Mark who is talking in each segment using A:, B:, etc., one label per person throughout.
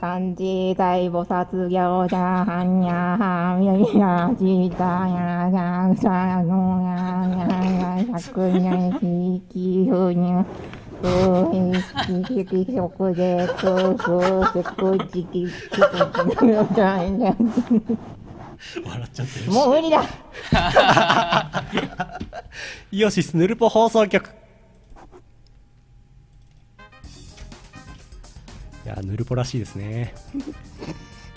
A: 漢字大菩薩行者般若波みやじたややさのややや百年四季不入不意識的食で空腹せこじきちきのちゃんや
B: 笑っちゃってる
A: もう無理だ
B: イオシスヌルポ放送局いやヌルポらしいですね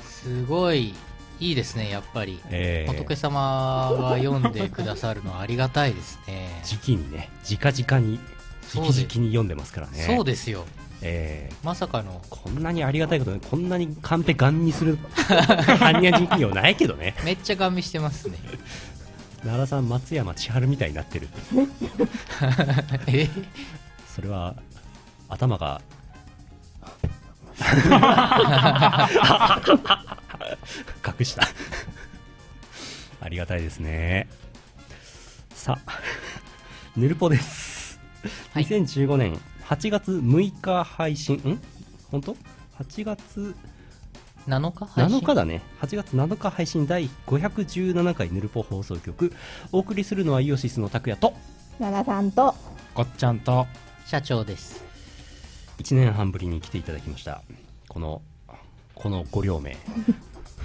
C: すごいいいですねやっぱり、
B: ええ
C: 仏様が読んでくださるのはありがたいですね
B: 時期にね直々に
C: そう
B: 直
C: で
B: 々に読んでますから ね
C: そうですよ
B: ええ
C: まさかの
B: こんなにありがたいことにこんなにカンペガン見する 般若人形ないけどね
C: めっちゃガン見してますね
B: 奈良さん松山千春みたいになってる
C: え
B: それは頭が隠したありがたいですねさあぬるぽです、
C: はい
B: 2015年8月6日配信ん本当 ?8 月
C: 7日配信
B: 7日だね8月7日配信第517回ぬるぽ放送局お送りするのはイオシスの拓也と
A: 奈良さん と
D: ごっちゃんと
C: 社長です
B: 1年半ぶりに来ていただきましたこのこの5両名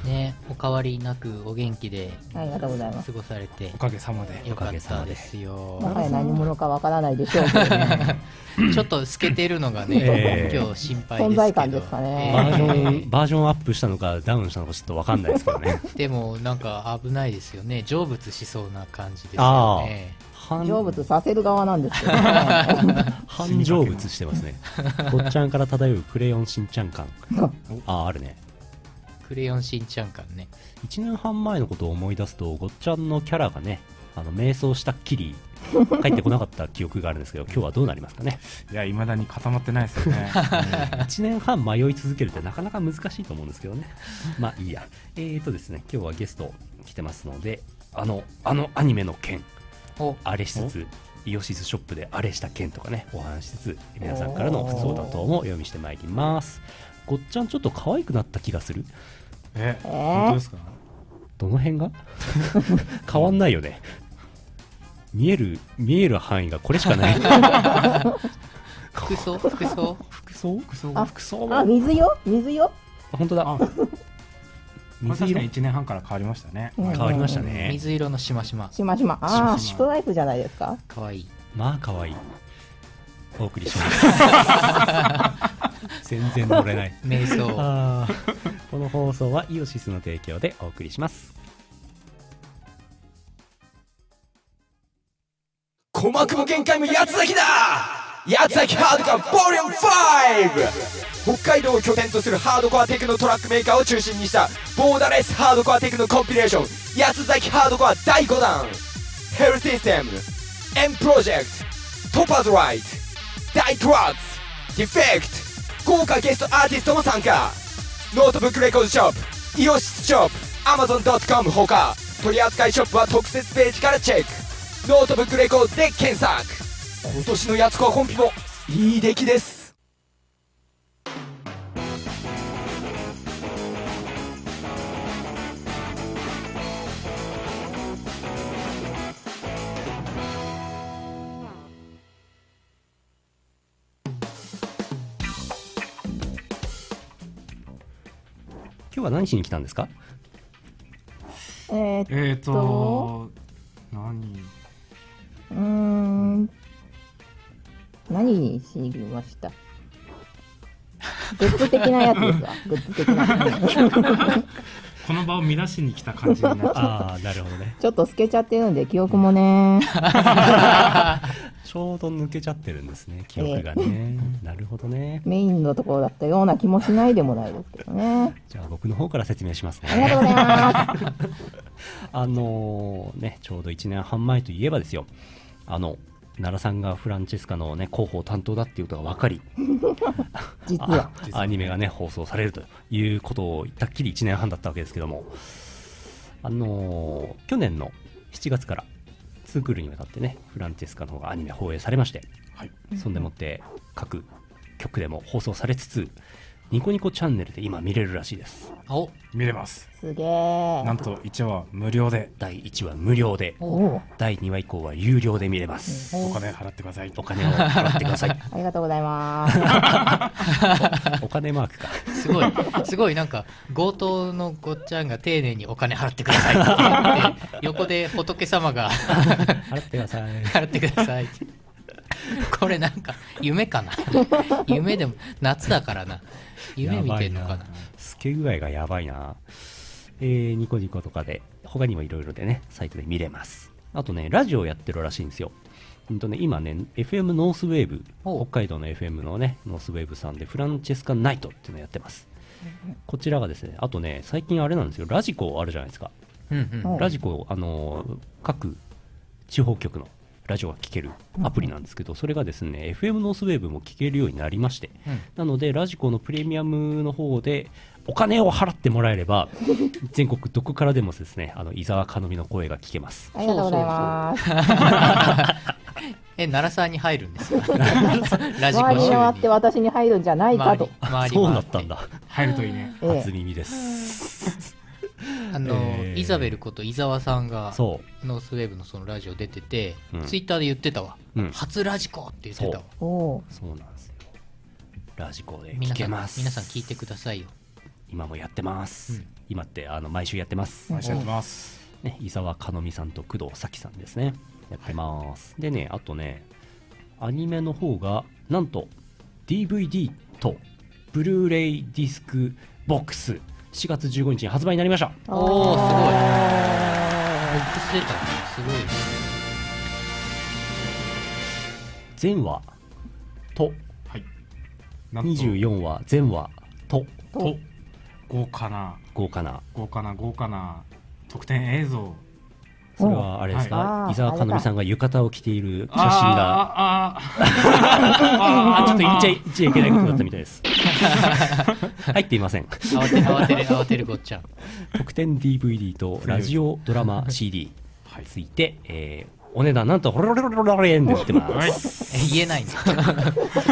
C: ねお変わりなくお元気で
A: ありがとうございます
C: 過ごされて
D: おかげさまで
C: よかったですよ
A: もはや何者かわからないでしょうけど
C: ちょっと透けてるのがね、
B: ええ
C: 今日心配ですけど
A: 存在感ですかね
B: バージ
C: え
B: ョンバージョンアップしたのかダウンしたのかちょっと分かんないですけどね
C: えでもなんか危ないですよね成仏しそうな感じですよ
B: ああ
C: ね
B: 半
A: 成仏させる側なんですけどね
B: 半成仏してますねごっちゃんから漂うクレヨンしんちゃん感あああるね
C: クレヨンしんちゃん感ね
B: 1年半前のことを思い出すとごっちゃんのキャラがねあの迷走したっきり帰ってこなかった記憶があるんですけど今日はどうなりますかね
D: いやいまだに固まってないですよ ね
B: 1年半迷い続けるってなかなか難しいと思うんですけ どねまあいいやえーとですね今日はゲスト来てますのであのあのアニメの件
C: お
B: あれしつつイオシスショップであれした件とかねお話しつつ皆さんからの普通だともお読みしてまいりますごっちゃんちょっと可愛くなった気がする
D: え
A: えー
D: 本当ですか
B: どの辺が 変わんないよね見える見える範囲がこれしかない
C: 服装服装
B: 服装
D: 服装
A: あ
D: あ
B: 服装
A: あ
B: も
A: 水よ水よ
B: 本当だ
D: これ
B: 水
D: 確か
B: 色
D: に1年半から変わりましたね
A: うん
B: 変わりましたね
C: 水色のしましま
A: しましま
D: し
A: ああ
D: ましま
A: シクワイプじゃないですか
C: かわいい
B: まあ可愛いお送りします 全然乗れない
C: 瞑想
B: あーこの放送はイオシスの提供でお送りします
E: 鼓膜も限界も八つ咲きだ八つ咲きハードコアボリューム5北海道を拠点とするハードコアテクノトラックメーカーを中心にしたボーダーレスハードコアテクノコンピレーション八つ咲きハードコア第5弾ヘルシステム M プロジェクトトパズライト大トラッツディフェクト豪華ゲストアーティストも参加ノートブックレコードショップイオシスショップ Amazon.com ほか取扱ショップは特設ページからチェックノートブックレコードで検索今年のやつこはコンピもいい出来です
B: 今日は何しに来たんですか
A: えー、
D: えーと何
A: うーん何にしましたグッズ的なやつですわグッズ的な
D: この場を乱しに来た感じになっ ちゃう
B: ああなるほどね
A: ちょっと透けちゃってるんで記憶もね
B: ちょうど抜けちゃってるんですね記憶がね、なるほどね
A: メインのところだったような気もしないでもないですけどね
B: じゃあ僕の方から説明します
A: ありがとう
B: ね
A: ございます
B: あのーねちょうど1年半前といえばですよあの奈良さんがフランチェスカの、ね、広報担当だっていうことが分かり
A: 実は
B: あアニメがね放送されるということをたっきり1年半だったわけですけどもあのー去年の7月から2クールにわたってねフランチェスカの方がアニメ放映されまして、
D: はい
B: そんでもって各局でも放送されつつニコニコチャンネルで今見れるらしいです
C: お
D: 見れます
A: すげえ
D: なんと1話無料で
B: 第1話無料で
A: おお
B: 第2話以降は有料で見れます
D: お金払ってください
B: お金を払ってくだ さい
A: ありがとうございます
B: お金マークか
C: すごい、すごいなんか、強盗のごっちゃんが丁寧にお金払ってくださいって言って、横で仏様が
B: 払ってください
C: 払ってくださいって。これなんか、夢かな夢でも、夏だからな。夢見てんのか
B: や
C: な
B: ばい透け具合がやばいなえー、ニコニコとかで他にもいろいろでねサイトで見れますあとねラジオやってるらしいんですようんとね、今ね、FM ノースウェーブ、
C: ほう
B: 北海道の FM のね、ノースウェーブさんで、フランチェスカ・ナイトっていうのやってます。こちらがですね、あとね、最近あれなんですよ、ラジコあるじゃないですか。
C: うんうん。
A: うん
B: ラジコ、あのー各地方局のラジオが聴けるアプリなんですけど、それがですね、FM ノースウェーブも聴けるようになりまして、
C: うん
B: なので、ラジコのプレミアムの方で、お金を払ってもらえれ ば、全国どこからでもですね、あの伊沢かのみの声が聞けます。
A: ありがとうございます
C: え、奈良さんに入るんですかラジコ
A: 周りに回って
C: に
A: 私に入るんじゃないかと
C: 回り
B: そう
C: 回
B: だ
C: っ
B: ってたんだ。
D: 入るといいね
A: え
B: 初耳です。
C: あの、
B: えー
C: イザベルこと伊沢さんが、
B: そ
C: ノースウェーブのそのラジオ出てて、
B: うん
C: ツイッターで言ってたわ、
B: うん
C: 初ラジコって言ってたわ
A: えおお
B: う、そうなんですよ。ラジコで
C: 皆
B: 聞
C: さ
B: け
C: ん
B: ます。
C: 皆さん聞いてくださいよ
B: 今もやってます。
C: うん
B: 今ってあの毎週やってます。
D: お願いします
B: ね、伊沢かのみさんと工藤咲さんですねやってます、でねあとねアニメの方がなんと DVD とブルーレイディスクボックス4月15日に発売になりました
C: おーすごいボ
A: い
C: ックス出たねすごいです
B: 全話と
D: はいなんと
B: 24話全話と
D: と豪華な
B: 豪華な
D: 豪華な豪華な特典映像
B: それはあれですか、
A: はい
B: 伊沢かのみさんが浴衣を着ている写真が
D: あー あーあー
B: あちょっと言っちゃい
D: あー
B: 言っちゃいけないことだったみたいで す入っていません
C: 慌て 慌てる慌てるごっちゃん
B: 特典 DVD とラジオド ラマ CD
D: はい
B: ついて、えーお値段なんとホロロロロロロレンで売って ます。
C: え言え ないんだ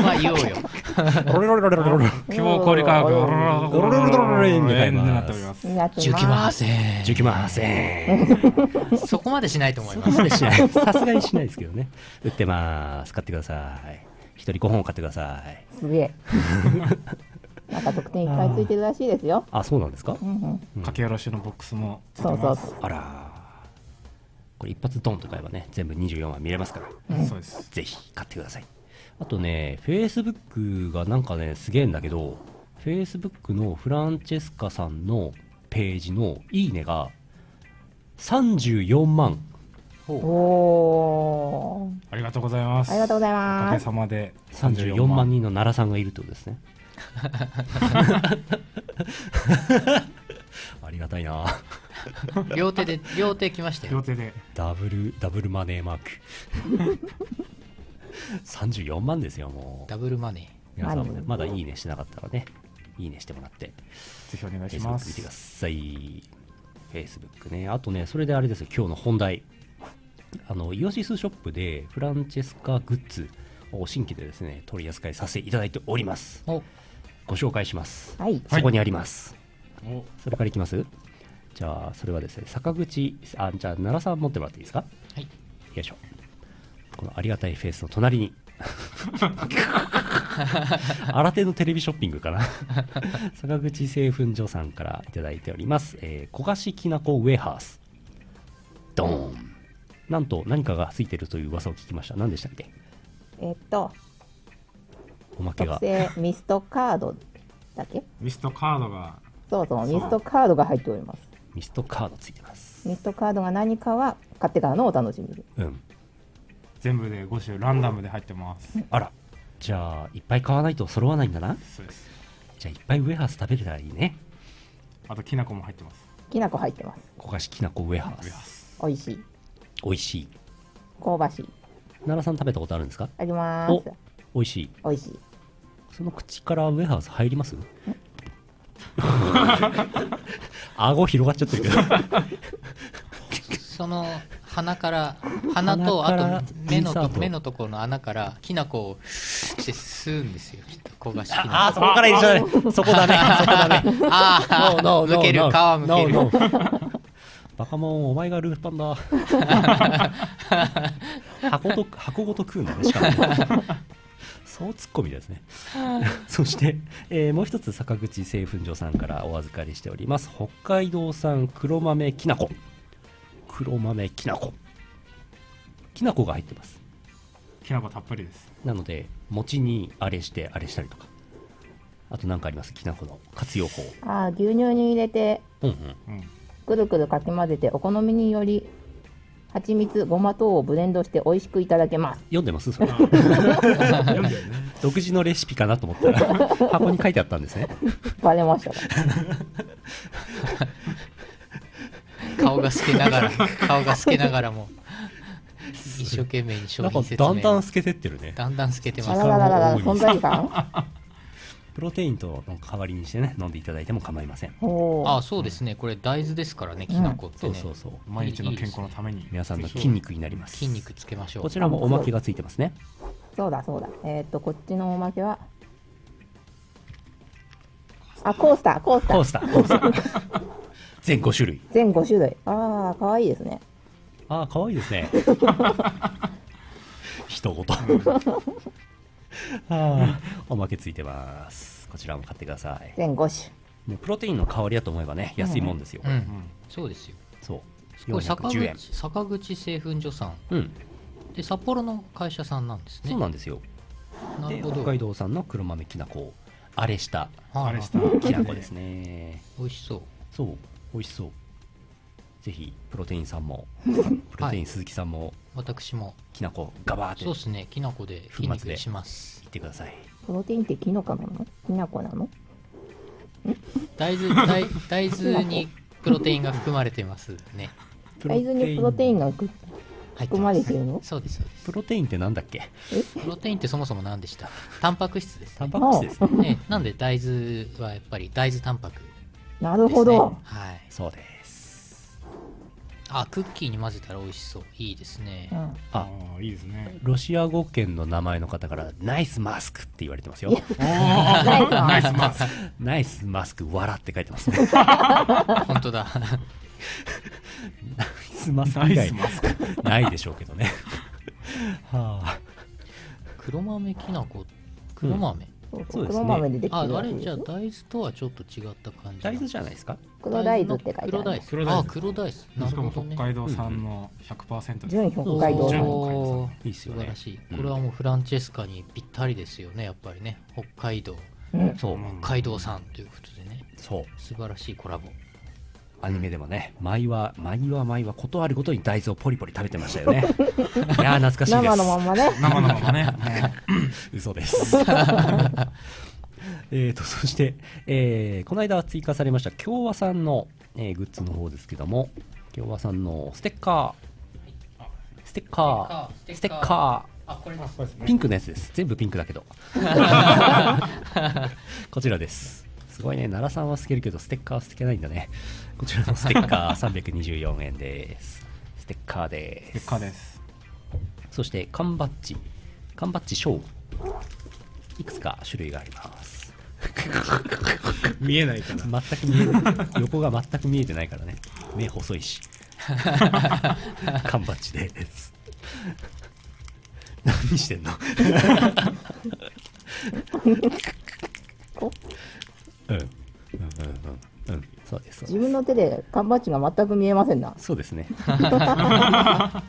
C: まあ言おうよ
B: ホロロロロロロロ
D: 希望小売価格
A: お
B: ーおー
D: 円になっております
A: いやってます
C: 19万8000円
B: 19万8000円。
C: そこまでしないと思いま
B: さす
C: す
B: がにしない。さすがにしないですけどね。売ってます。買ってください。一人5本買ってください。
A: すげえなんか得点いっぱいついてるらしいですよ
B: あ、そうなんですか
A: うんうん
D: かけ下ろしのボックスもついて
A: そうそ
D: ま
A: う
D: す
A: そう
B: あらーこれ一発ドンと買えばね、全部24話見れますから。
D: そうです
B: ぜひ買ってください。あとね、Facebook がなんかね、すげえんだけど、Facebook のフランチェスカさんのページのいいねが34万。
C: ほ
A: おー
D: ありがとうございます
A: ありがとうござい
D: おか
A: ま
D: げ
A: す
D: さまで
B: 34万人の奈良さんがいるってことですね。 ありがたいな。
C: う両手で両手来ました
D: 両
C: よ
D: 手で
B: ダブル、ダブルマネーマーク。34万ですよ、もう。
C: ダブルマネ
B: 皆さんもね、まだいいねしてなかったらね、いいねしてもらって。
D: ぜひお願いし
B: Facebook
D: ま
B: 見てくだ
D: す
B: さい。Facebook ね。あとね、それであれですよ、今日の本題。あの、イオシスショップでフランチェスカグッズを新規でですね、取り扱いさせていただいております。
C: ーお
B: ご紹介します。
A: はい
B: そこにあります。
D: お
B: それからいきますじゃあ、それはですね、坂口、あ、じゃあ、奈良さん持ってもらっていいですか
C: はい
B: よいしょ。このありがたいフェイスの隣に。新手のテレビショッピングかな坂口製粉所さんからいただいております、えー、焦がしきなこウェハースドーンなんと何かがついてるという噂を聞きました何でしたっけ
A: えっと
B: おまけ
A: 特
B: が
A: 製ミストカードだっけ
D: ミストカードが
A: そうそうミストカードが入っております
B: ミストカードついてます
A: ミストカードが何かは買ってからのお楽しみで
B: うん
D: 全部で5種ランダムで入ってます
B: あらじゃあいっぱい買わないと揃わないんだな
D: そうです
B: じゃあいっぱいウェハース食べれたらいいね
D: あときなこも入ってます
A: きな粉入ってます
B: 焦がしきなこウェハー
D: ウェ
B: ス
D: ハース
A: 美味しい
B: 美味しい
A: 香ばしい
B: 奈良さん食べたことあるんですか
A: ありま
B: お
A: す
B: 美味しい
A: 美味しい
B: その口からウェハース入ります 顎広がっちゃってるけど
C: その鼻から鼻と
B: 鼻から
C: あと目の
B: インサ
C: と
B: ート
C: 目のところの穴からきな粉をふーって吸うんですよきっと子が好き
B: あ
C: な
B: あそこから一緒だねそこだねそこだね
C: ああ
B: No, no, no,
C: 向ける
B: no.
C: 皮むける
B: No, no. バカモンお前がルーパン だ箱と箱ごと食うのねしかもそうツッコミです ねそして、えーもう一つ坂口製粉所さんからお預かりしております北海道産黒豆きなこ黒豆きなこきなこが入ってます
D: きなこたっぷりです
B: なので餅にあれしてあれしたりとかあと何かありますきなこの活用法
A: あー牛乳に入れて
B: うんうん
D: うん
A: くるくるかき混ぜてお好みにより蜂蜜ごま等をブレンドして美味しくいただけます
B: 読んでますそれ
D: あ ー読んだよね
B: 独自のレシピかなと思った ら箱に書いてあったんですね
A: バレましたか
C: 顔が透けなが ら顔が透けながらも一生懸命に商
B: なんか
C: 品説明
B: だんだん透けてってるね
C: だんだん透けて
A: あ
C: ます
A: ららららら
B: 時間も
A: 存
B: 多いです
A: 在感
B: プロテインとの代わりにしてね飲んでいただいても構いません、
A: お
C: あ
A: ー
C: そうですねこれ大豆ですからねきなこって
B: そ
C: ね
B: うそうそう
D: 毎日の健康のために
B: 皆さんの筋肉になります
C: 筋肉つけましょう
B: こちらもおまけがついてますね
A: そうだそうだえーっとこっちのおまけはあコースターコースタ
B: コー
A: ー
B: スターコースター 全5種類
A: 全5種類ああかわいいですね
B: ああ可愛いですね 一言 ああおまけついてますこちらも買ってください
A: 全5種
B: もうプロテインの代わりだと思えばね安いもんですよ、
C: う
D: うんん
C: そうですよ
B: そう
C: これ坂
B: 410円
C: 口坂口製粉所さん
B: うん
C: で札幌の会社さんなんですね
B: そうなんですよ
C: な
B: で
C: るほど
B: 北海道産の黒豆きなこをあれした
C: はい
D: あれした
B: きなこですね
C: 美味しそう
B: そう美味しそうぜひプロテインさんもプロテイン鈴木さんも
C: 私も
B: きなこガバーって
C: そうですねきなこで筋
B: 粉末
C: 肉
B: で
C: にします
B: いってください
A: プロテインってキノコなのきなこなの
C: 大豆大大豆にプロテインが含まれてますね
A: 大豆にプロテインがく
C: 入って
A: 含まれてるの
C: そうですそうです
B: プロテインってなんだっけ
C: プロテインってそもそも何 でしたタンパク質です
B: タ
C: ね
B: ンパク質ですね
C: ねなんで大豆はやっぱり大豆タンパクです、ね、
A: なるほど
C: はい
B: そうです
C: あクッキーに混ぜたら美味しそういいですね
A: うん
B: あ
D: あーいいですね
B: ロシア語圏の名前の方からナイスマスクって言われてますよ
D: おー
A: ナイスな
D: ナイスマス
B: ナイスマスク笑って書いてますね
C: 本当だ
B: ナイスマスク以
D: ナイ
B: 外
D: スマス
B: ないでしょうけどねはあ
C: 黒豆きなこ黒豆、
A: そう
B: そうです
A: 黒
B: ね
A: 豆でできて
C: あ
A: る
C: あ
A: らし
C: れ
A: い
C: じゃあ
A: よ
C: 大豆とはちょっと違った感じ
B: 大豆じゃないですか
A: 黒大豆って書いて
C: 黒
A: あ
C: 大
A: る
C: 豆
D: 黒
C: あ黒大豆
D: 大豆クし
C: な
D: か
C: る
D: も
C: ほどね
D: 北海道産の100%です
A: 純北海道
B: の
A: の
C: おー
B: いいっすよね
C: 素晴らしい
B: うん
C: これはもうフランチェスカにぴったりですよねやっぱりね北海道
A: うん
B: そう、
D: うん
C: 北海道産ということでね
B: そう
C: 素晴らしいコラボ
B: アニメでもね毎は毎は毎はことあるごとに大豆をポリポリ食べてました よねいやー懐かしいで
A: 生のますんまね
D: 生のままねも
B: 嘘です えーとそして、えーこの間追加されました京和さんの、えーグッズの方ですけども京和さんのステッカーステッカース
C: ス
B: テ
C: テ
B: ッ
C: ッカー
B: カ
C: あこれです
B: ーピンクのやつです全部ピンクだけどこちらですすごいね奈良さんは透けるけどステッカーは透けないんだねこちらのステッカー324円ですステッカーで
D: う
B: す
D: 結果です
B: そして缶バッジ缶バッジショーいくつか種類があります
D: 見えないから
B: 全く見えない横が全く見えてないからね目細いし缶バッジです何してんのうんうんうんうんうんそうですそ
A: 自
B: うです
A: 分の手で缶バッジが全く見えませんな
B: そうです ね詳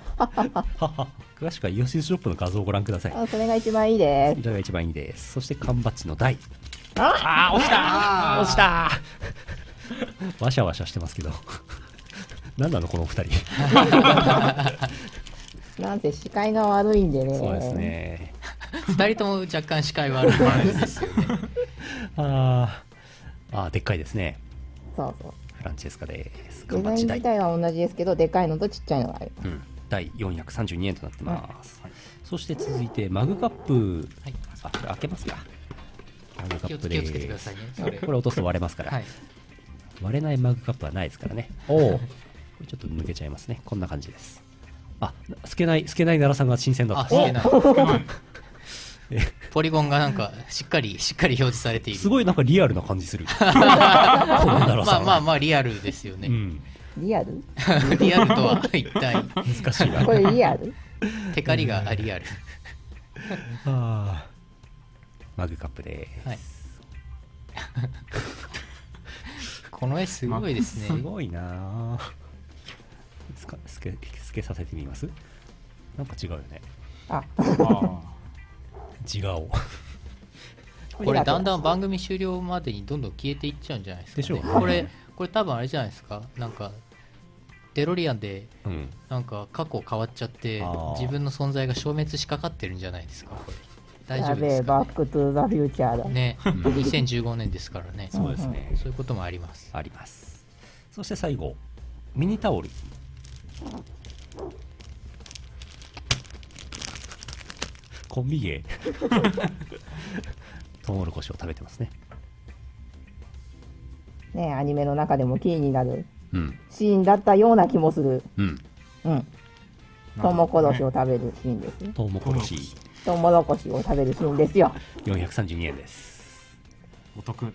B: しくはヨシズショップの画像をご覧ください
A: あそれが一番いいで
B: これが一番いいですそして缶バッジの台
A: あ
B: あ落ちた落ちたわしゃわしゃしてますけど何なのこのお二人
A: すなんせ視界が悪いんでね
B: そうですね
C: 2人とも若干視界悪いですよね
B: あーあーでっかいですね
A: そうそう
B: フランチェスカです
A: デ
B: 缶バ
A: ザイ
B: ッ
A: ン
B: ジ
A: 自
B: 台、
A: 体は同じですけどでかいのとちっちゃいのがある
B: うん、第432円となってます、そして続いてマグカップ、
C: はい
B: あこれ開けますかマグカ
C: 気
B: ッ
C: を
B: プ
C: つ
B: で
C: 気を
B: す
C: つけてくださいねそれ
B: これ落とすと割れますから、
C: はい
B: 割れないマグカップはないですからねおおこれちょっと抜けちゃいますねこんな感じですあ透けない透けない奈良さんが新鮮だ
C: あ
B: っ
C: 透
B: た
C: けない
D: 少ない
B: え
C: ポリゴンがなんかしっかりしっかり表示されている
B: すごいなんかリアルな感じ するこの奈良
C: ま
B: さ
C: あ
B: ん
C: まあ
B: は
C: まあリアルですよ
B: う
C: ね、
B: ん
A: リアル
C: リアルとは一体
B: 難しいな
A: これリアル
C: テカリがリアル
B: あーマグカップで
C: はいこの絵すごいです
B: す
C: ね
B: ごいなあつかつけつけさせてみますなんか違うよね
A: あ
B: 違う
C: これだんだん番組終了までにどんどん消えていっちゃうんじゃないですか、
B: で
C: ね、
B: しょうね
C: これこれ多分あれじゃないですかなんかデロリアンで
B: うん
C: なんか過去変わっちゃって
B: あー
C: 自分の存在が消滅しかかってるんじゃないですかこれ大丈
A: や
C: 夫
A: べ
C: で
A: え
C: すか
A: バックトゥーザフューチャーだ、
C: ね2015年ですからね
B: そうですね
C: そういうこともあります
B: ありますそして最後ミニタオルコンビ芸 トウモロコシを食べてますね
A: ねアニメの中でもキーになる
B: うん
A: シーンだったような気もする
B: うん
A: うんトウモコロシを食べるシーンですよ
B: トウモコロシ
A: トウモロコシを食べるシーンですよ
B: 432円です
D: お得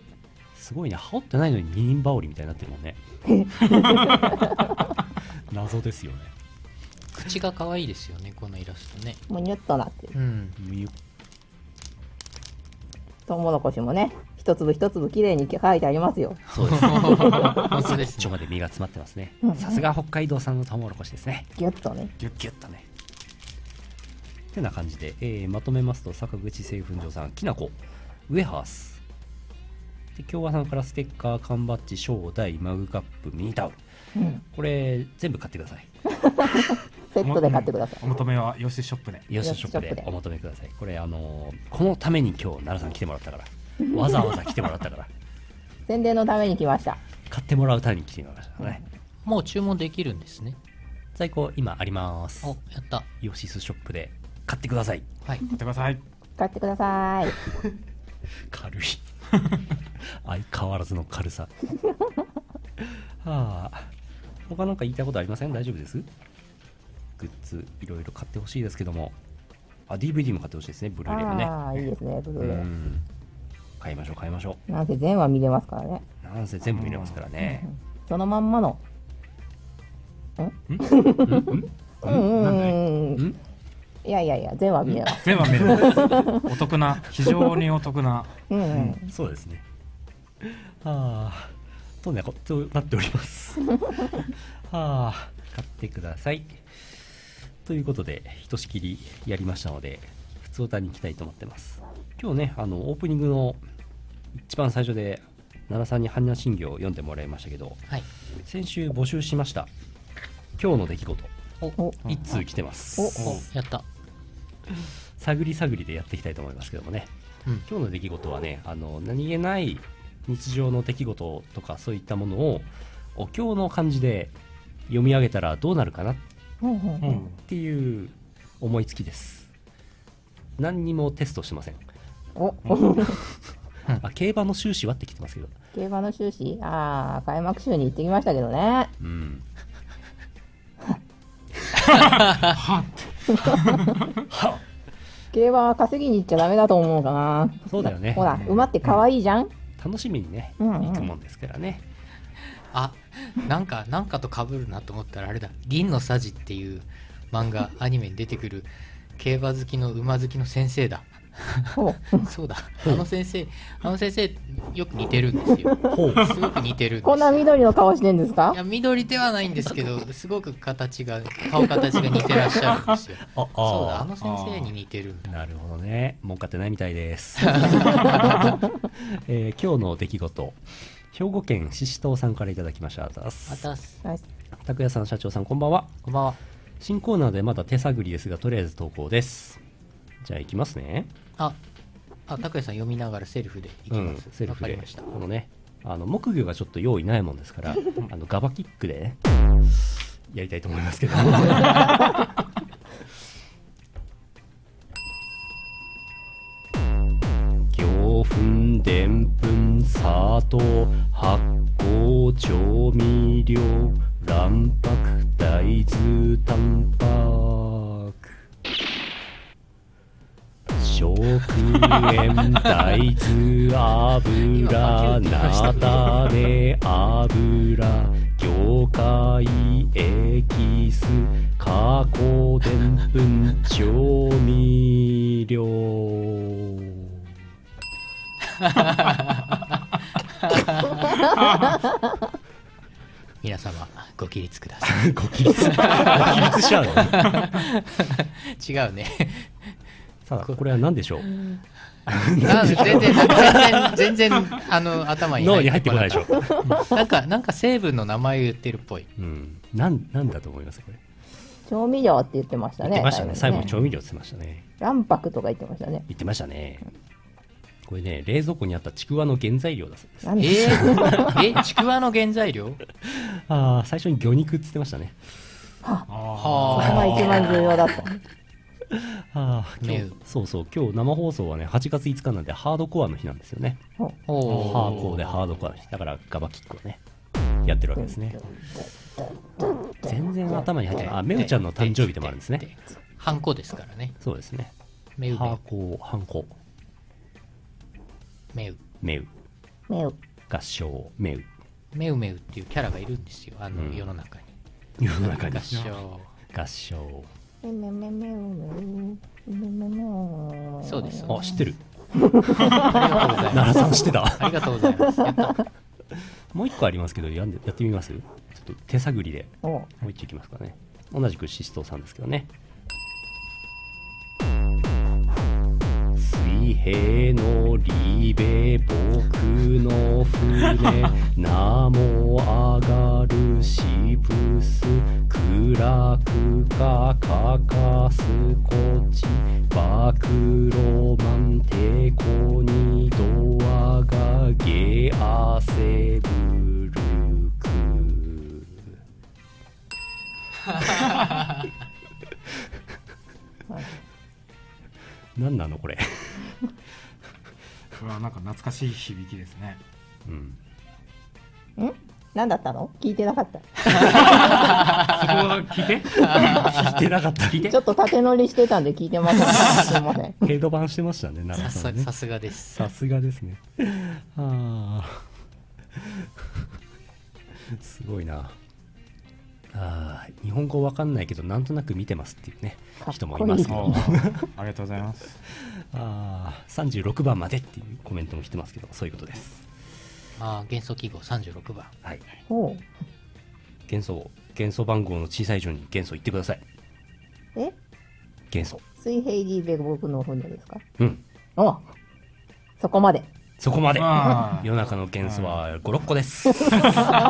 B: すごいね羽織ってないのに二人羽織みたいになってるもん ね謎ですよね
C: 口が可愛いですよねこのイラストね
A: もうニュッとなってる
C: うん
B: みゆ
A: トウモロコシもね一粒一粒綺麗に書いてありますよ
B: そうです
C: 本当です
B: ちょ
C: ね
B: まで身が詰まってますね
A: うん
B: さすが北海道産のトウモロコシですね
A: ギュッとね
B: ギュッギュッとねてな感じで、えーまとめますと坂口製粉所さんきなこウェハースで京和さんからステッカー缶バッジ小大マグカップミニタオル、これ全部買ってください
A: セットで買ってください
D: お求めはヨシショップで
B: よしショップ
A: ショップ
B: で
A: で
B: お求めくださいこれあのーこのために今日奈良さん来てもらった からわざわざ来てもらったから
A: 宣伝のために来ました
B: 買ってもらうために来てもらいましたね
C: もう注文できるんですね
B: 在庫今あります
C: おやった
B: ヨシスショップで買ってください
C: はい
D: 買ってください
A: 買ってください
B: 軽い 相変わらずの軽さ はあ他なんか言いたいことありません大丈夫ですグッズいろいろ買ってほしいですけどもあ DVD も買ってほしいですねブルーレイもね
A: ああいいですねブル
B: う
A: ーレ
B: ん買いましょう買いましょ
A: イなんせ全話見れますからね
B: うなんせ全部見れますからね、
A: そのまんまの んうんうんうん
B: ん
A: いやいやいや全話見れます
D: 全部見れますお得な非常にお得な
A: うんうん
B: そうですね。ああ、とね、ことなっており ます。ああ、買ってください。ということで、ひとしきりやりましたので、普通歌に行きたいと思ってます。今日ね、あの、オープニングの一番最初で、奈良さんに般若心経を読んでもらいましたけど、
C: はい
B: 先週募集しました、今日の出来事、
C: お
A: お
B: 一通来てます。
A: お
C: おやった
B: 探り探りでやっていきたいと思いますけどもね。
C: うん
B: 今日の出来事はねあの何気ない日常の出来事とかそういったものをお経の漢字で読み上げたらどうなるかなっ
A: うんうん
D: うん
B: ていう思いつきです何にもテストしてません
A: お
B: あ競馬の収支はって来てますけど
A: 競馬の収支ああ開幕週に行ってきましたけどね
B: うんはっ
A: 競馬は稼ぎに行っちゃダメだと思うかな
B: そうだよね
A: ほら馬って可愛いじゃん
B: 楽しみにね
A: うんうん
B: 行くもんですからね
C: あなんかなんかと被るなと思ったらあれだ「銀のさじ」っていう漫画アニメに出てくる競馬好きの馬好きの先 生だ
A: お
C: そうだあの先生あの先生よく似てるんですよすごく似てるんですよ
A: こんな緑の顔してんですか
C: いや緑ではないんですけどすごく形が顔形が似てらっしゃるんですよ
B: あ
C: そうだあの先生に似てるんだ
B: なるほどね儲かってないみたいです、えー今日の出来事兵庫県獅子頭さんからいただきましたあざっす
C: またす
A: はい
B: 拓也さん社長さんこんばんは
C: こんばんは
B: 新コーナーでまだ手探りですがとりあえず投稿ですじゃあ行きますね
C: ああ拓也さん読みながらセルフでいき
B: うん
C: ます、
B: セルフ
C: わかり
B: で
C: ました
B: このねあの木魚がちょっと用意ないもんです からあのガバキックでねやりたいと思いますけど魚粉でんぷん砂糖発酵調味料卵白大豆タンパク生姜煙大豆油菜種油魚介エキス加工でんぷん調味料
C: 皆様ご起立くださ
B: ご起立ご起立しちゃう の
C: い違うね
B: さあこれは何でしょう
C: あ全然なんか全然全然あの頭に
B: 脳に入ってこないでしょ
C: ょ、なんかなんか成分の名前言ってるっ ぽい
B: うん、なんなんだと思いますこれ
A: 調味料って言ってました
B: 言
A: ね。
B: ってましたね最後に
A: 味
B: 調味料って言ってましたね
A: 卵白とか言ってましたね。
B: 言ってましたねこれね冷蔵庫にあったちくわの原材料だそうです
A: 何
C: え ー、えちくわの原材料
B: ああ最初に魚肉っつってましたね
C: は
A: が一番重要だった。
B: ああ今
C: ね
B: 日そうそう今日生放送はね8月5日なんでハードコアの日なんですよね
C: お
B: ハーコーでハードコアの日だからガバキックをねやってるわけですね全然頭に入ってないあメウちゃんの誕生日でもあるんですね
C: ハンコですからね
B: そうですね
C: メウ
B: ハーコーハンコ
C: メウ
B: メウ
A: 目を。
B: 合唱メウ
C: メウメウっていうキャラがいるんですよあの
B: うん
C: 世の中に、
B: 世の中に
C: 合唱
B: 合唱
A: めめめめめめめ
C: そうです
B: あ知ってる
C: ありがとうございます
B: 奈良さん知ってた
C: ありがとうございますやった
B: もう一個ありますけどやんでやってみますちょっと手探りで
A: お
B: もう一丁いきますかね同じくシストさんですけどね水平のリベ僕の船名も上がるシブス暗くかかかすこち暴露マンテコにドアがゲアセブルク何なのこれ、
D: これはなんか懐かしい響きですね
B: うん、
A: ん何だったの聞いてなかった。
D: そこは聞いて
B: 聞いてなかった
D: 聞いて
A: ちょっと縦乗りしてたんで聞いてません。すいません。
B: ヘドバンしてましたね奈良
C: さ
B: さん
C: す
B: ね
C: さすがです
B: さすがですねあー すごいなあー日本語わかんないけどなんとなく見てますっていうね
A: かっこいい
B: 人もいますけど
D: おーありがとうございます
B: あー36番までっていうコメントも来てますけどそういうことです
C: ああ元素記号36番
B: はい
A: お
B: 元素を元素番号の小さい順に元素言ってください
A: え
B: 元素
A: 水平リーベ僕の船ですか
B: うん
A: おそこまで。
B: そこまで
D: あー
B: 世の中の元素は56個です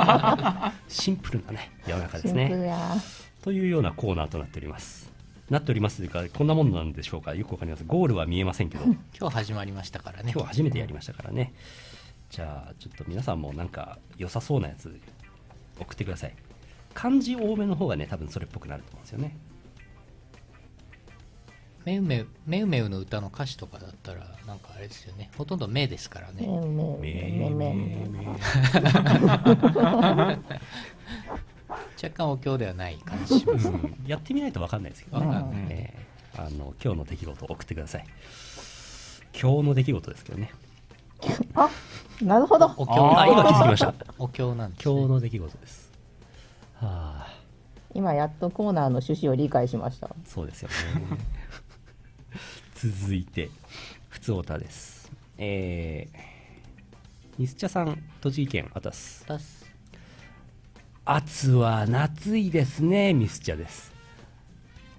B: シンプルなね世の中です
A: シンプル
B: ね
A: や。
B: というようなコーナーとなっておりますなっておりますというかこんなものなんでしょうかよくわかりますゴールは見えませんけど今
C: 今日始まりましたからね
B: 日初めてやりましたからねじゃあちょっと皆さんもなんか良さそうなやつ送ってください漢字多めの方がね多分それっぽくなると思うんですよね
C: メウメウメウメウの歌の歌詞とかだったらなんかあれですよねほとんど目ですから
A: め
C: ね
A: め
B: め
A: め
B: ーめー
A: め。
B: めー
C: 若干お経ではない感じします
B: うんやってみないと分かんないですけど、
C: うん
B: えーあの今日の出来事を送ってください今日の出来事ですけどね
A: あなるほど。
C: お経
D: あ
B: あ今気づきました
C: お経なんです、ね、
B: 今日の出来事ですはあ
A: 今やっとコーナーの趣旨を理解しました。
B: そうですよね続いてふつおたですえー、ニスチャさん栃木県あたす
C: 出す
B: 暑は夏いですねミスチャです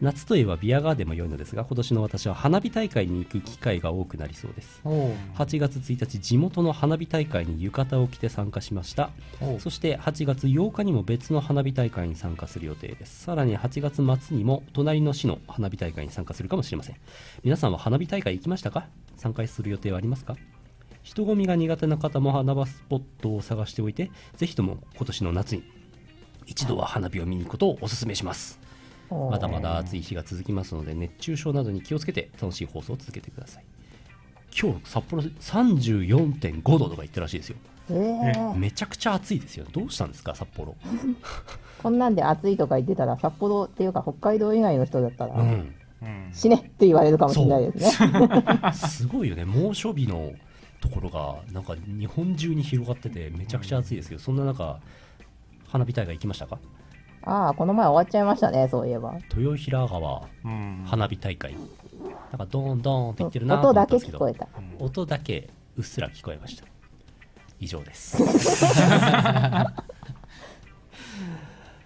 B: 夏といえばビアガーデンも良いのですが今年の私は花火大会に行く機会が多くなりそうです
C: おう
B: 8月1日地元の花火大会に浴衣を着て参加しました
C: おう
B: そして8月8日にも別の花火大会に参加する予定ですさらに8月末にも隣の市の花火大会に参加するかもしれません皆さんは花火大会行きましたか参加する予定はありますか人混みが苦手な方も花場スポットを探しておいてぜひとも今年の夏に一度は花火を見に行くことをお勧めします
A: お
B: まだまだ暑い日が続きますので熱中症などに気をつけて楽しい放送を続けてください今日札幌34.5度とか言ってるらしいですよ
A: えー、
B: めちゃくちゃ暑いですよどうしたんですか札幌
A: こんなんで暑いとか言ってたら札幌っていうか北海道以外の人だったら、
B: うん
D: うん
A: 死ねって言われるかもしれないですね。
B: すごいよね猛暑日のところがなんか日本中に広がっててめちゃくちゃ暑いですけどそんな中花火大会行きましたか
A: ああ、この前終わっちゃいましたね、そういえば。
B: 豊平川
D: うん
B: 花火大会なんかドーンドーンって言ってるなと
A: 音
B: 思
A: だ
B: った
A: け
B: んですけ
A: 聞こえ
B: ど
A: た。
B: 音だけうっすら聞こえました以上です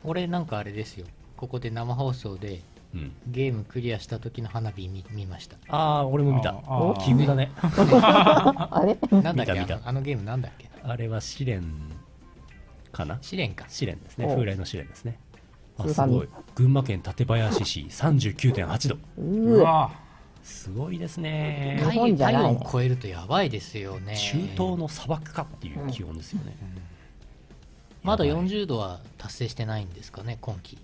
C: 俺なんかあれですよここで生放送で
B: うん
C: ゲームクリアした時の花火見見ました
B: ああ俺も見た
D: あーあー
B: 奇遇だね
A: あれ
C: なんだっけ
B: 見た見た
C: あのあのゲームなんだっけ
B: あれは試練かな
C: 試練か
B: 試練ですね
A: おう
B: 風来の試練ですねあ
A: 通
B: す
A: 算
B: ごい群馬県館林市39.8度
A: う
D: う
A: ー
D: わ
B: すごいですね
A: 日本じゃないね
C: 体温超えるとやばいですよね
B: 中東の砂漠かっていう気温ですよね、
C: まだ
B: やばい
C: 40度は達成してないんですかね今季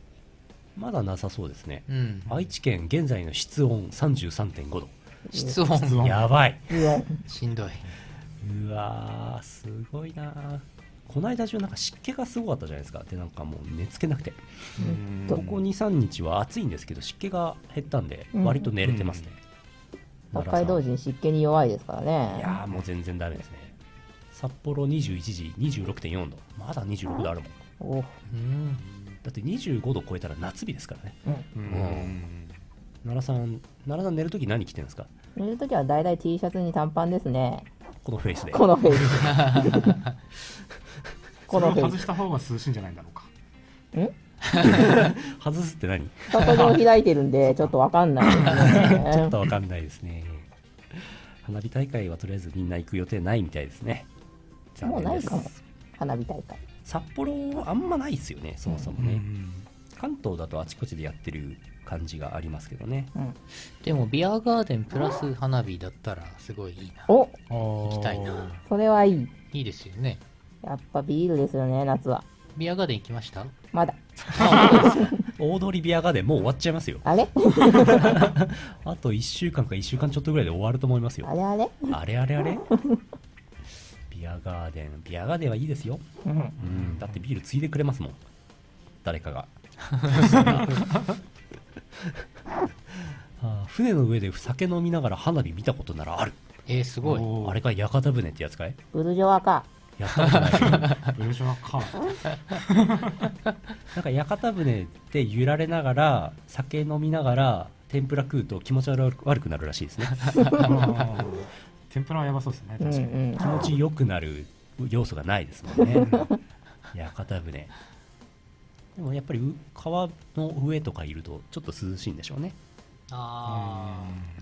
B: まだなさそうですね、
C: うん
B: 愛知県現在の室温33.5度、
C: 室温
D: 室温
B: やばい
C: しんどいう
B: わーすごいなーこの間中なんか湿気がすごかったじゃないですかでなんかもう寝つけなくて
D: うん
B: ここ23日は暑いんですけど湿気が減ったんで
A: うん
B: 割と寝れてますね、
A: 北
B: 奈
A: 海道
B: 良さん
A: 人湿気に弱いですから
B: い
A: ね。
B: やーもう全然ダメですね札幌21時26.4度まだ26度あるも
A: お
B: ん
C: うん
B: だって25度超えたら夏日ですからね
D: うん
B: 奈良さん奈良さん寝るとき何着てるんですか
A: 寝るときはだいたい T シャツに短パンですね。
B: このフェイスで
A: このフェイス。 こ
D: そ
A: の
D: れを
A: フェ
D: 外
A: イス。
D: した方が涼しいんじゃないんだろうか
B: 外すって何
A: パソコン開いてるんで、ちょっとわかんないですね。
B: ちょっとわかんないですね花火大会はとりあえずみんな行く予定ないみたいですね残
A: もう
B: 念
A: な
B: で
A: い
B: す
A: かも。花火大会。
B: 札幌あんまないですよねそもそも
D: う
B: ね、
D: ん
B: 関東だとあちこちでやってる感じがありますけどね
A: うん。
C: でもビアガーデンプラス花火だったらすごいいいな
A: お
C: 行
D: 行
C: きたいな
A: それはいい。
C: いいですよね
A: やっぱビールですよね、夏は。
C: ビアガーデン行きました
A: まだ。
B: 大通りビアガーデンもう終わっちゃいますよ
A: あれ
B: あと1週間か1週間ちょっとぐらいで終わると思いますよ
A: あれあれ
B: あれあれあれビアガーデンビアガーデンはいいですよ、
A: うん。
B: うん、だってビールついでくれますもん誰かがあー船の上で酒飲みながら花火見たことならある
C: えー、すごい
D: おー
B: あれか屋形船ってやつかい
A: ブルジョワか。
B: やったことないけど
D: ブルジョワカー
B: なんか屋形船で揺られながら酒飲みながら天ぷら食うと気持ち悪悪くなるらしいですね
D: うん天ぷらはやばそうですね
A: うんう
D: 確かに
A: ん
B: 気。持ち良くなる要素がないですもんね屋形船でもやっぱりう川の上とかいるとちょっと涼しいんでしょうね
C: あ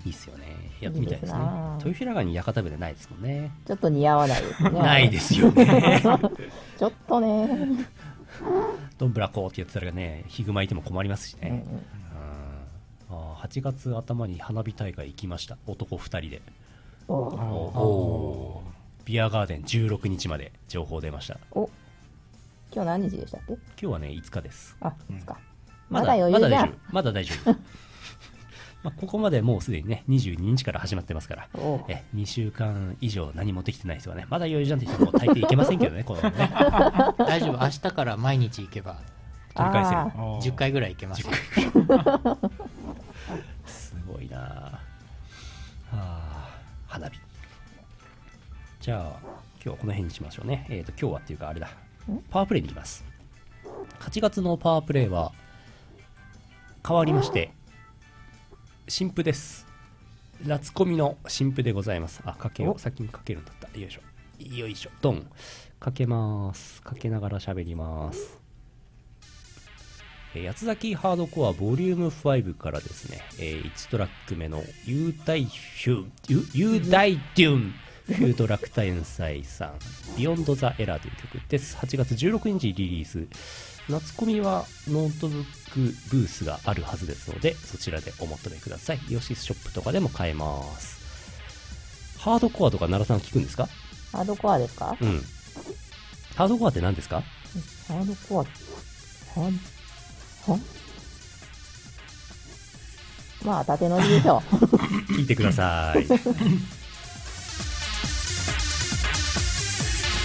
B: いいっすよねやってみたいですね
A: いいですなあ
B: 豊平川に屋形船ないですもんね
A: ちょっと似合わないですね。
B: ないですよね
A: ちょっとね。
B: どんぶらこうってやってたらねヒグマいても困りますし
A: うんう
B: ね、
A: ん
B: うんあー8月頭に花火大会行きました男2人で
A: お
D: あー
B: おビアガーデン16日まで情報出ました
A: お今日何日でしたっけ
B: 今日はね5日です
A: あ、いつか。まだ余裕
B: ま
A: じ
B: だ
A: ゃ
B: 大丈
A: ん。
B: 夫まだ大丈夫 まあここまでもうすでにね22日から始まってますから
A: おう
B: え2週間以上何もできてない人はねまだ余裕じゃんって人も大抵いけませ んけどねこのね
C: ー大丈夫明日から毎日行けば
B: 取り返せる
A: あー
D: あー
C: 10回ぐらい行けますよ
B: すごいなああー花火じゃあ今日はこの辺にしましょうねえっ、と今日はっていうかあれだパワープレイに行きます8月のパワープレイは変わりまして新婦ですラツコミの新婦でございますあかけを先にかけるんだったよいしょよいしょドンかけますかけながら喋りますえー八つ崎ハードコアボリューム5からですね、えー1トラック目の雄大ヒュユ雄大デュンフュードラクタエンサイさん「ビヨンド・ザ・エラー」という曲です8月16日リリース夏コミはノートブックブースがあるはずですのでそちらでお求めくださいヨシスショップとかでも買えますハードコアとか奈良さん聞くんですか
A: ハードコアですか
B: うんハードコアって何ですか
A: ハードコア。ハードはまあ、縦乗りでし ょう。
B: 聞いてください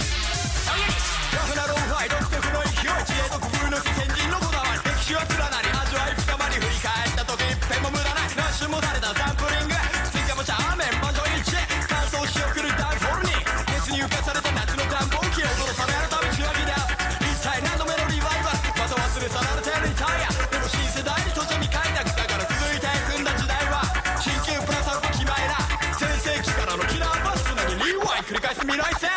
F: ラフなロンハイ独特の勢い知恵と工夫の先人のこだわり歴史は連なり味わい深まり振り返った時一遍も無駄ない何し繰り返す未来線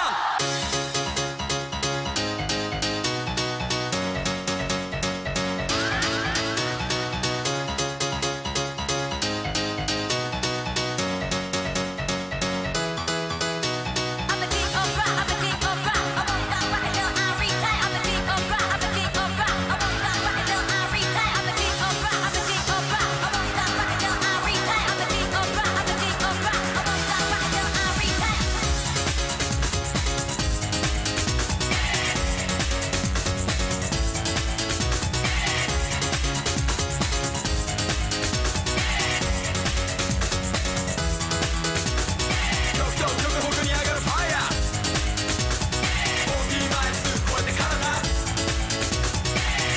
F: 極東極北に上がるファイヤー40マイル数超えて体う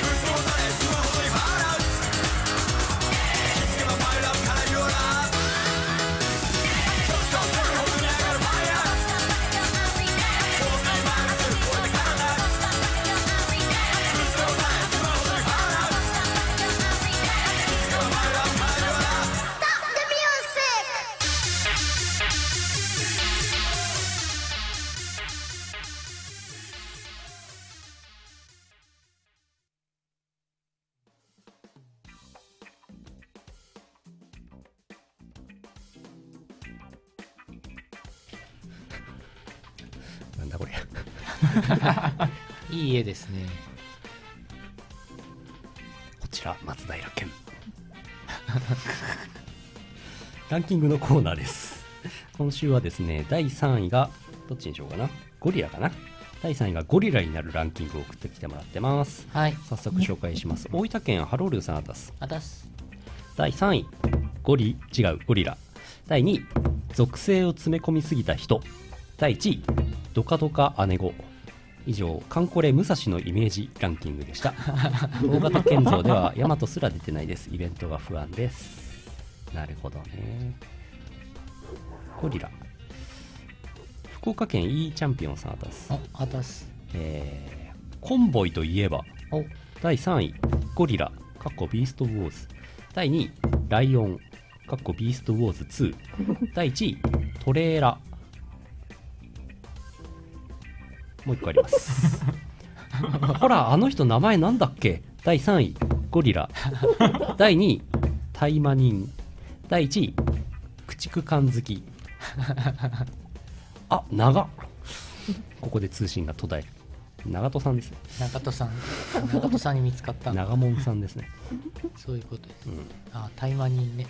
F: つぼされスマホにファウラー気づけばファイラーから言わな極東極北に上がるファイヤー40マイル数超えて体うつぼされスマホにファウラー気づけばファイラーから言わな
G: Stop the music!
B: なんだこれ
C: いい絵ですね
B: こちら松平健 ランキングのコーナーです今週はですね第3位がどっちにしようかなゴリラかな第3位がゴリラになるランキングを送ってきてもらってます
C: はい
B: 早速紹介します大分県ハロールさんあたす
C: あたす
B: 第3位ゴリ違うゴリラ第2位属性を詰め込みすぎた人第1位ドカドカ姉子以上カンコレ武蔵のイメージランキングでした大型建造ではヤマトすら出てないですイベントが不安ですなるほどねゴリラ福岡県 E チャンピオンさんあたす
C: おあたす
B: えーコンボイといえば
C: お
B: 第3位ゴリラかっこビーストウォーズ第2位ライオンかっこビーストウォーズ2第1位トレーラもう1個ありますほらあの人名前なんだっけ第3位ゴリラ第2位大魔人第1位駆逐艦好きあ長っここで通信が途絶える長門さんですね
C: 中戸さん中戸さんに見つかった
B: 長門さんですね
C: そういうことです、
B: ん
C: あ対話人ね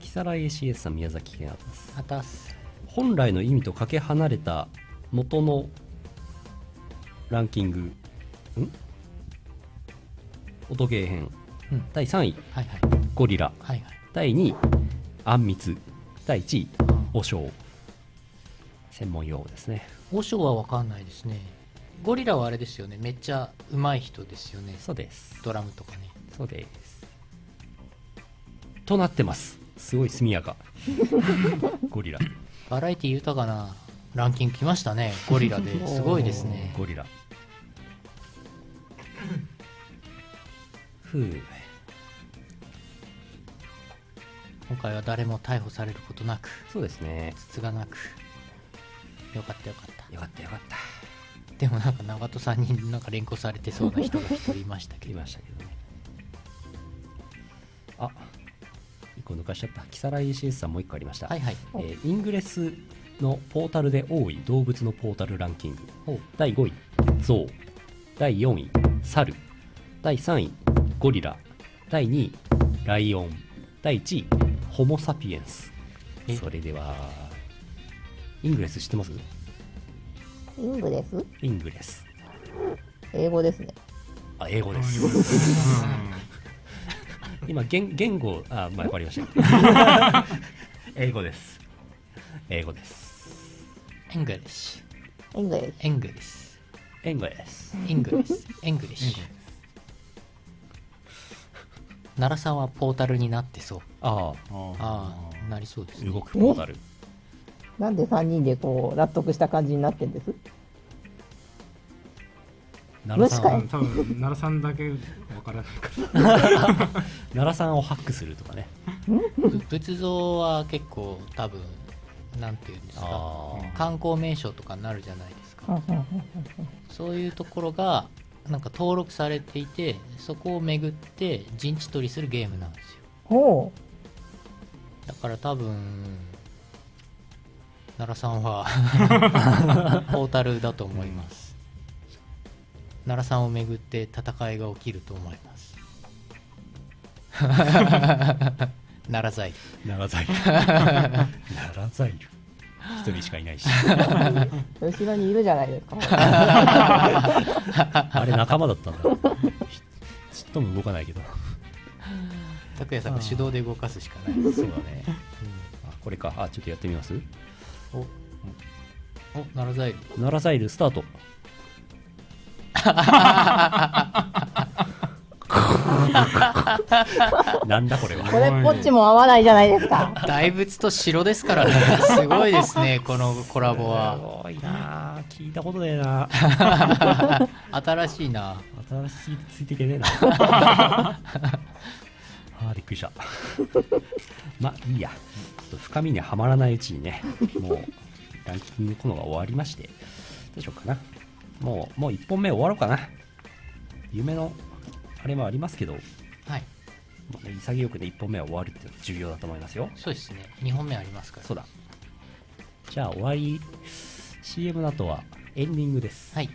B: 木更井 ACS さん宮崎県あたす
C: あたす
B: 本来の意味とかけ離れた元のランキングん音ゲー編、
C: うん
B: 第3位
C: はいはい
B: ゴリラ
C: はいはい
B: 第2位あんみつ第1位
C: うん
B: おしょう専門用語ですね
C: 和尚は分かんないですねゴリラはあれですよねめっちゃ上手い人ですよね
B: そうです
C: ドラムとかね
B: そうですとなってますすごい速 やかゴリラ
C: バラエティ豊かなランキング来ましたねゴリラ ですごいですね
B: ゴリラふう
C: 今回は誰も逮捕されることなく
B: そうですね
C: つつがなくよかったよかった
B: よかったよかった
C: でもなんか長門さんになんか連行されてそうな人が一人いましたけ
B: 言い
C: ど
B: ましたけどねあ一個抜かしちゃった木更井 CS さんもう一個ありました、
C: はいはい
B: えーイングレスのポータルで多い動物のポータルランキング
C: お
B: 第5位ゾウ第4位サル第3位ゴリラ第2位ライオン第1位ホモ・サピエンス
C: え
B: それではイングレス知ってます
A: イングです
B: イングレス
A: 英語ですね。
B: あ英語です今言言語あまあわかりました 英語です英語です
C: エングリッシ
A: イングで
C: ュエングリッシ
B: 英語です
C: ュエングリッシュエングリッシュ奈良さんはポータルになってそう
B: ああ
C: ああなりそうですね
B: 動くポータル
A: なんで3人でこう納得した感じになってんです
B: 奈良さ
A: もしか
B: ん
D: 多分奈良さんだけわからないから
B: 奈良さんをハックするとかね
C: 仏像は結構多分なんていうんです
B: あ
C: か
B: ー
C: 観光名所とかになるじゃないですか
A: ほうほうほ
C: そういうところがなんか登録されていてそこを巡って陣地取りするゲームなんですよ
A: うほ
C: だから多分奈良さんはポータルだと思います、奈良さんを巡って戦いが起きると思います 奈良財
B: 奈良財 布奈良財布一人しかいないし
A: う後ろにいるじゃないですか
B: あれ仲間だったんだひちっとも動かないけど
C: 拓也さんが手動で動かすしかないです、
B: そうだねあこれかあちょっとやってみます
C: うんおお奈良財
B: 奈良財布スター トなんだこれ
A: こ
B: は
A: れっぽっちも合わないじゃないですか
C: 大仏と城ですからねすごいですねこのコラボは
B: すごいなあ聞いたことねえな
C: 新しいな
B: 新しすぎてついていけ ねえなあーびっくりした まあいいやちょっと深みにはまらないうちにねもうランキングこのが終わりましてどうしようかなもうもう1本目終わろうかな夢のあれもありますけど、ま
C: はい
B: あね潔くね1本目は終わるっていうのは重要だと思いますよ
C: そうですね2本目ありますから
B: そうだじゃあ終わり CM の後はエンディングです
C: はい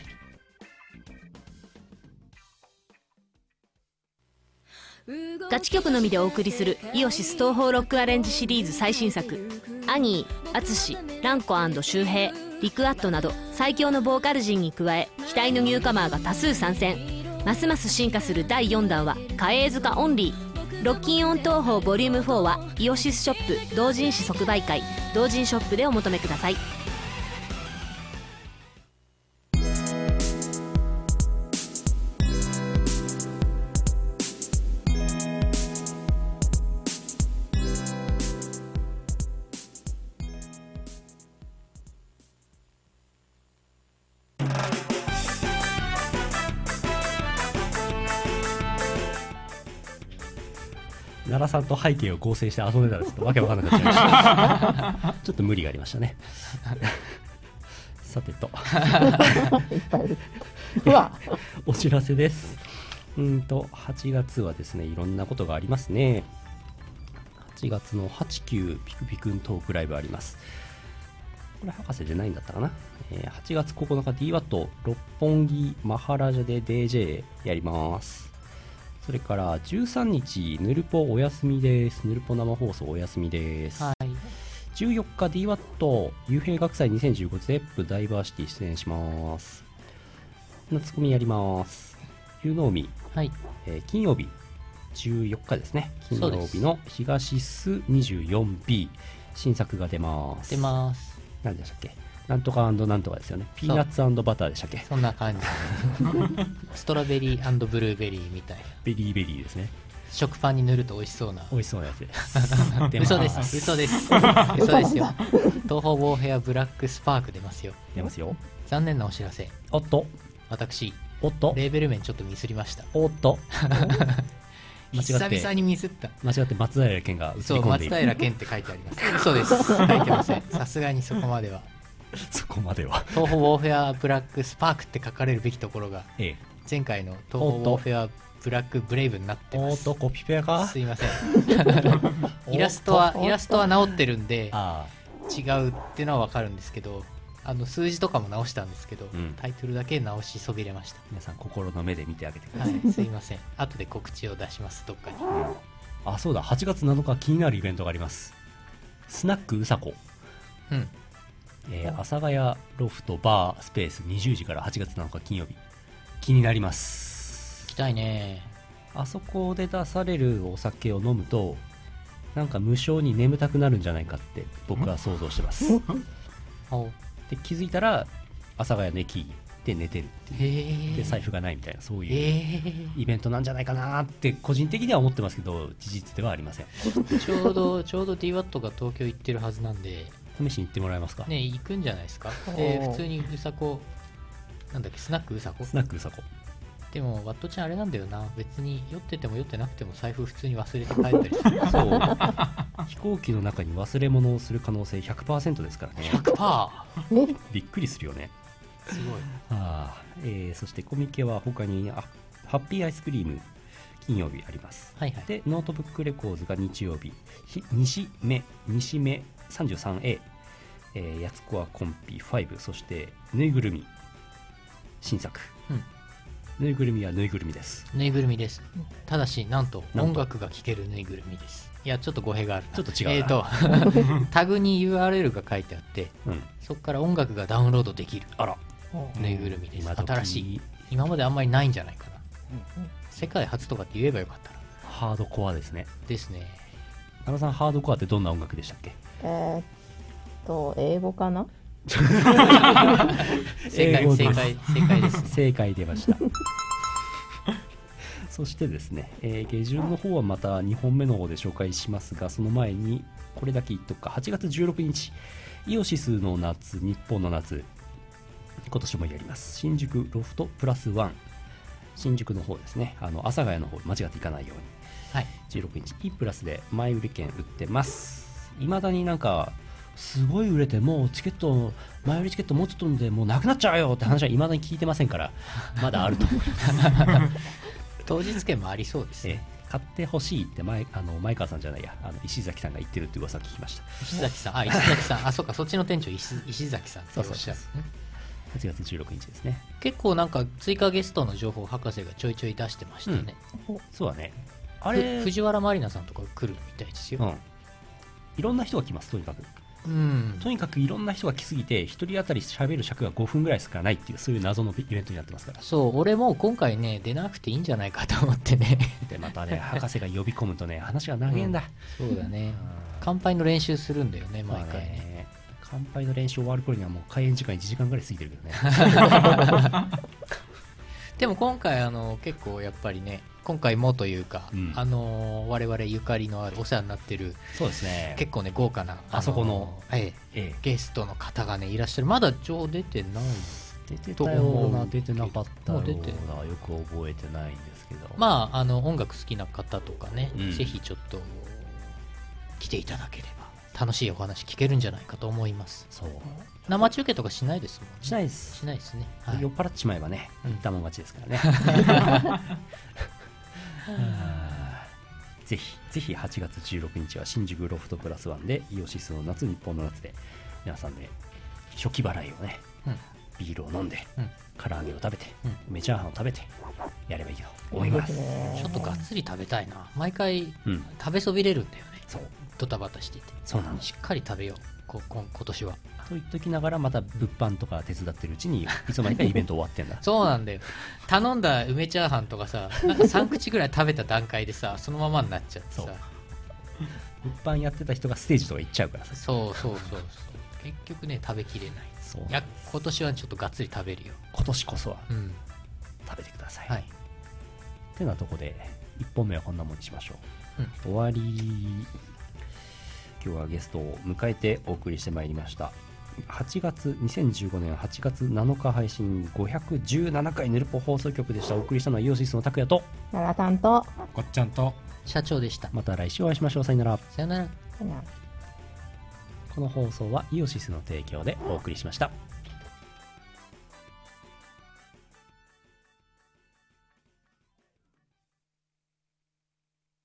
H: ガチ曲のみでお送りするイオシス東方ロックアレンジシリーズ最新作「アニー」「アツシ」「ランコ周平」「リクアット」など最強のボーカル陣に加え期待のニューカマーが多数参戦ますます進化する第4弾は「カエーズカオンリー」「ロッキンオン東方ボリューム4はイオシスショップ同人誌即売会同人ショップでお求めください
B: 奈良さんと背景を合成して遊んでたらちょっとわけわかんなくなっちゃいましたちょっと無理がありましたねさてと
A: うわ
B: お知らせですうんと8月はですねいろんなことがありますね8月の89ピクピクントークライブありますこれ博士じゃないんだったかな、えー8月9日 DWAT 六本木マハラジャで DJ やりますそれから13日ヌルポお休みですヌルポ生放送お休みです、
C: はい
B: 14日 DWAT 幽閉学祭2015ゼップダイバーシティ出演します夏コミやります有能み、
C: はい
B: えー金曜日14日ですね金
C: そうで
B: 曜
C: す
B: 日の東ス 24B 新作が出ます
C: 出ます
B: 何でしたっけなんとかなんとかですよねピーナッツバターでしたっけ
C: そんな感じストロベリーブルーベリーみたいな
B: ベリーベリーですね
C: 食パンに塗ると美味しそうな
B: 美味しそうなやつです 出ます
C: 嘘です嘘です嘘ですよ東方ウォーヘアブラックスパーク出ますよ
B: 出ますよ
C: 残念なお知らせ
B: おっと
C: 私
B: おっと
C: レーベル面ちょっとミスりました
B: おっ と間違って
C: 久々にミスった
B: 間違って松平健が映り
C: そう
B: 込んで
C: 松
B: いる
C: 平健って書いてあり ますそうです書いてませんさすがにそこまでは
B: そこまでは
C: 東方ウォーフェアブラックスパークって書かれるべきところが
B: ええ
C: 前回の東方ウォーフェアブラックブレイブになって
B: お
C: ま
B: っ
C: す
B: とコピペか
C: すい ませんイラストはイラストは直ってるんで
B: あ
C: 違うってのは分かるんですけどあの数字とかも直したんですけど、
B: うん
C: タイトルだけ直しそびれまし
B: 皆さん心の目で見てあげてくだ
C: た、は
B: さい、
C: い、すいません後で告知を出しますどっかに
B: あそうだ8月7日気になるイベントがありますスナックうさこ、
C: うん
B: えー阿佐ヶ谷ロフトバースペース20時から8月7日金曜日気になります
C: 行きたいね
B: あそこで出されるお酒を飲むとなんか無償に眠たくなるんじゃないかって僕は想像してます
C: おへ
B: で気づいたら阿佐ヶ谷の駅で寝てるっていう
C: え
B: で財布がないみたいなそういう
C: え
B: イベントなんじゃないかなって個人的には思ってますけど事実ではありません
C: えちょうどちょうど DWAT が東京行ってるはずなんで
B: 試しに行ってもらえますか、
C: ね行くんじゃないですかで普通にうさこなんだっけスナックうさこ
B: スナックうさこ
C: でもワットちゃんあれなんだよな別に酔ってても酔ってなくても財布普通に忘れて帰ったりす る
B: そう飛行機の中に忘れ物をする可能性100%ですからね
C: パ
B: びっくりするよね
C: ーすごい
B: あーえーそしてコミケは他にあハッピーアイスクリーム金曜日あります
C: はいはい
B: でノートブックレコーズが日曜日ひ西目西目 33A、えー、やつこはコンピ5そしてぬいぐるみ新作、
C: うん
B: ぬいぐるみはぬいぐるみです
C: ぬいぐるみですただしなんと
B: なんと
C: 音楽が聴けるぬいぐるみですいやちょっと語弊があるな
B: ちょっと違う
C: え
B: な
C: ーと タグに URL が書いてあって
B: うん
C: そこから音楽がダウンロードできる
B: あら
C: ぬいぐるみです
B: 今時
C: 新しい今まであんまりないんじゃないかな世界初とかって言えばよかったな
B: ハードコアですね
C: ですね
B: 奈良さんハードコアってどんな音楽で したっけ
A: えーっと、英語かな
C: 正解
B: 英語です
C: 正解正解です
B: 正解出ました そしてですね、えー下旬の方はまた2本目の方で紹介しますがその前にこれだけ言っとくか8月16日イオシスの夏日本の夏今年もやります新宿ロフトプラスワン新宿の方ですねあの阿佐ヶ谷の方間違っていかないように
C: はい
B: 16日 E プラスで前売り券売ってますいまだになんかすごい売れてもうチケット前売りチケットもうちょっとでもうなくなっちゃうよって話はいまだに聞いてませんからまだあると思います
C: 当日券もありそうです
B: え
C: ね
B: 買ってほしいって前あの前川さんじゃないやあの石崎さんが言ってるって噂を聞きました
C: 石崎さんあ石崎さんあそうかそっちの店長石石崎さんっておっしゃる
B: そう8月16日ですね
C: 結構なんか追加ゲストの情報を博士がちょいちょい出してましたね、
B: そうだねあ
C: あ
B: れ
C: れ藤原まりなさんとか来るみたいです
B: う
C: よ、
B: んいろんな人が来ますとにかく
C: うん
B: とにかくいろんな人が来すぎて1人当たり喋る尺が5分ぐらいしかないっていうそういう謎のイベントになってますから
C: そう俺もう今回ね出なくていいんじゃないかと思ってね
B: でま たね博士が呼び込むとね話が長えんだ、
C: そうだね 乾杯の練習するんだよね
B: ま
C: 毎
B: あ
C: 回ね
B: ね乾杯の練習終わる頃にはもう開演時間1時間ぐらい過ぎてるけどね
C: でも今回あの結構やっぱりね今回もというか、
B: うん
C: あの我々ゆかりのあるお世話になってる
B: そうですね
C: 結構ね豪華なの
B: あそこの
C: ええ
B: え
C: ゲストの方がねいらっしゃるまだ情出てない
B: え出て
C: と
B: たよう
C: 思
B: な
C: う
B: 出てなかったよう
C: も
B: な
C: う出
B: よ
C: てる
B: く覚えてないんですけど
C: まああの音楽好きな方とかね、
B: うん
C: ぜひちょっと来ていただければ楽しいお話聞けるんじゃないかと思います
B: そう
C: 生中継とかしないですもんね
B: しないいです、
C: しないですね、はい
B: 酔っ払っちまえばね
C: うん
B: 言ったもん勝ちですからね あーぜひぜひ8月16日は新宿ロフトプラスワンでイオシスの夏日本の夏で皆さんで初期払いをね
C: うん
B: ビールを飲んで、
C: うん
B: 唐揚げを食べて、
C: うん
B: 梅チャーハンを食べてやればいいと思います、
C: ちょっとがっつり食べたいな毎回
B: うん
C: 食べそびれるんだよね
B: そう
C: ドタバタしていて
B: そうなんです
C: しっかり食べようここん今年は
B: と言っときながらまた物販とか手伝ってるうちに いつの間にかイベント終わってんだ
C: そうなんだよ頼んだ梅チャーハンとかさなんか3口ぐらい食べた段階でさそのままになっちゃってさ
B: そう物販やってた人がステージとか行っちゃうからさ
C: そうそうそうそう結局ね食べきれない
B: そう
C: いや今年はちょっとがっつり食べるよ
B: 今年こそは
C: うん
B: 食べてください、
C: はい
B: てなとこで1本目はこんなもんにしましょう、
C: うん
B: 終わり今日はゲストを迎えてお送りしてまいりました8月2015年8月7日配信517回ヌルポ放送局でしたお送りしたのはイオシスの拓也と
A: 奈良さんと、
D: ごっちゃんと
C: 社長でした
B: また来週お会いしましょうさよなら
C: さよなら
A: かな
B: この放送はイオシスの提供でお送りしました